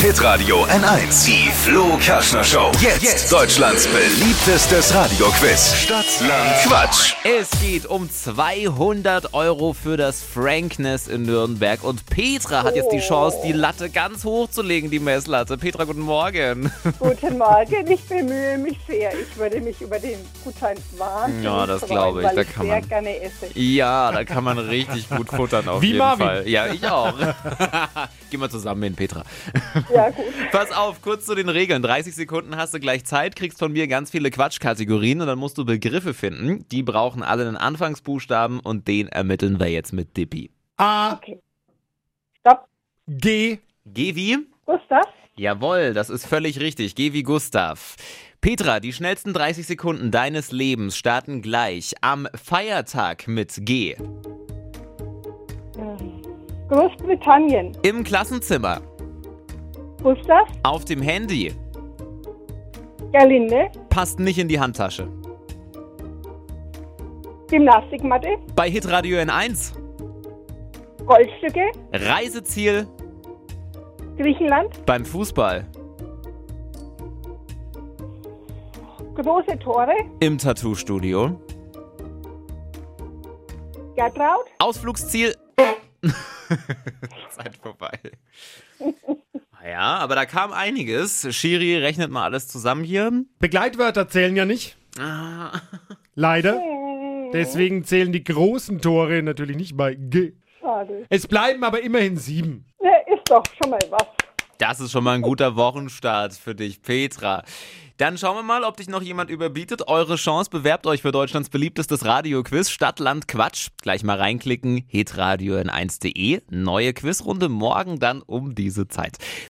Hitradio N1. Die Flo Kaschner Show. Jetzt, Deutschlands beliebtestes Radioquiz. Stadt, Land, Quatsch. Es geht um 200 Euro für das Frankness in Nürnberg. Und Petra hat jetzt die Chance, die Latte ganz hoch zu legen, die Messlatte. Petra, guten Morgen. Guten Morgen, ich bemühe mich sehr. Ich würde mich über den Gutschein wahnsinnig Ja, das freuen, glaube ich, weil da ich kann sehr man- gerne esse. Ja, da kann man richtig gut futtern auf Wie jeden Marvin. Fall. Ja, ich auch. Geh mal zusammen hin, Petra. Ja, gut. Pass auf, kurz zu den Regeln. 30 Sekunden hast du gleich Zeit, kriegst von mir ganz viele Quatschkategorien und dann musst du Begriffe finden. Die brauchen alle einen Anfangsbuchstaben und den ermitteln wir jetzt mit Dippi. A, Stopp. G, Geh wie? Gustav, Jawohl, das ist völlig richtig. Geh wie Gustav. Petra, die schnellsten 30 Sekunden deines Lebens starten gleich am Feiertag mit G. Großbritannien. Im Klassenzimmer, Gustav, auf dem Handy, Gerlinde, passt nicht in die Handtasche. Gymnastikmatte, Bei Hitradio N1, Goldstücke, Reiseziel Griechenland, beim Fußball, große Tore, im Tattoo-Studio, Gertraud, Ausflugsziel. Zeit vorbei. Ja, aber da kam einiges. Shiri rechnet mal alles zusammen hier. Begleitwörter zählen ja nicht. Leider. Oh. Hm, Deswegen zählen die großen Tore natürlich nicht bei G. schade. Es bleiben aber immerhin sieben. Ja, Ist doch schon mal was. Das ist schon mal ein guter Wochenstart für dich, Petra. Dann schauen wir mal, ob dich noch jemand überbietet. Eure Chance, bewerbt euch für Deutschlands beliebtestes Radioquiz Stadtland Quatsch. Gleich mal reinklicken, hitradio n1.de. Neue Quizrunde morgen dann um diese Zeit.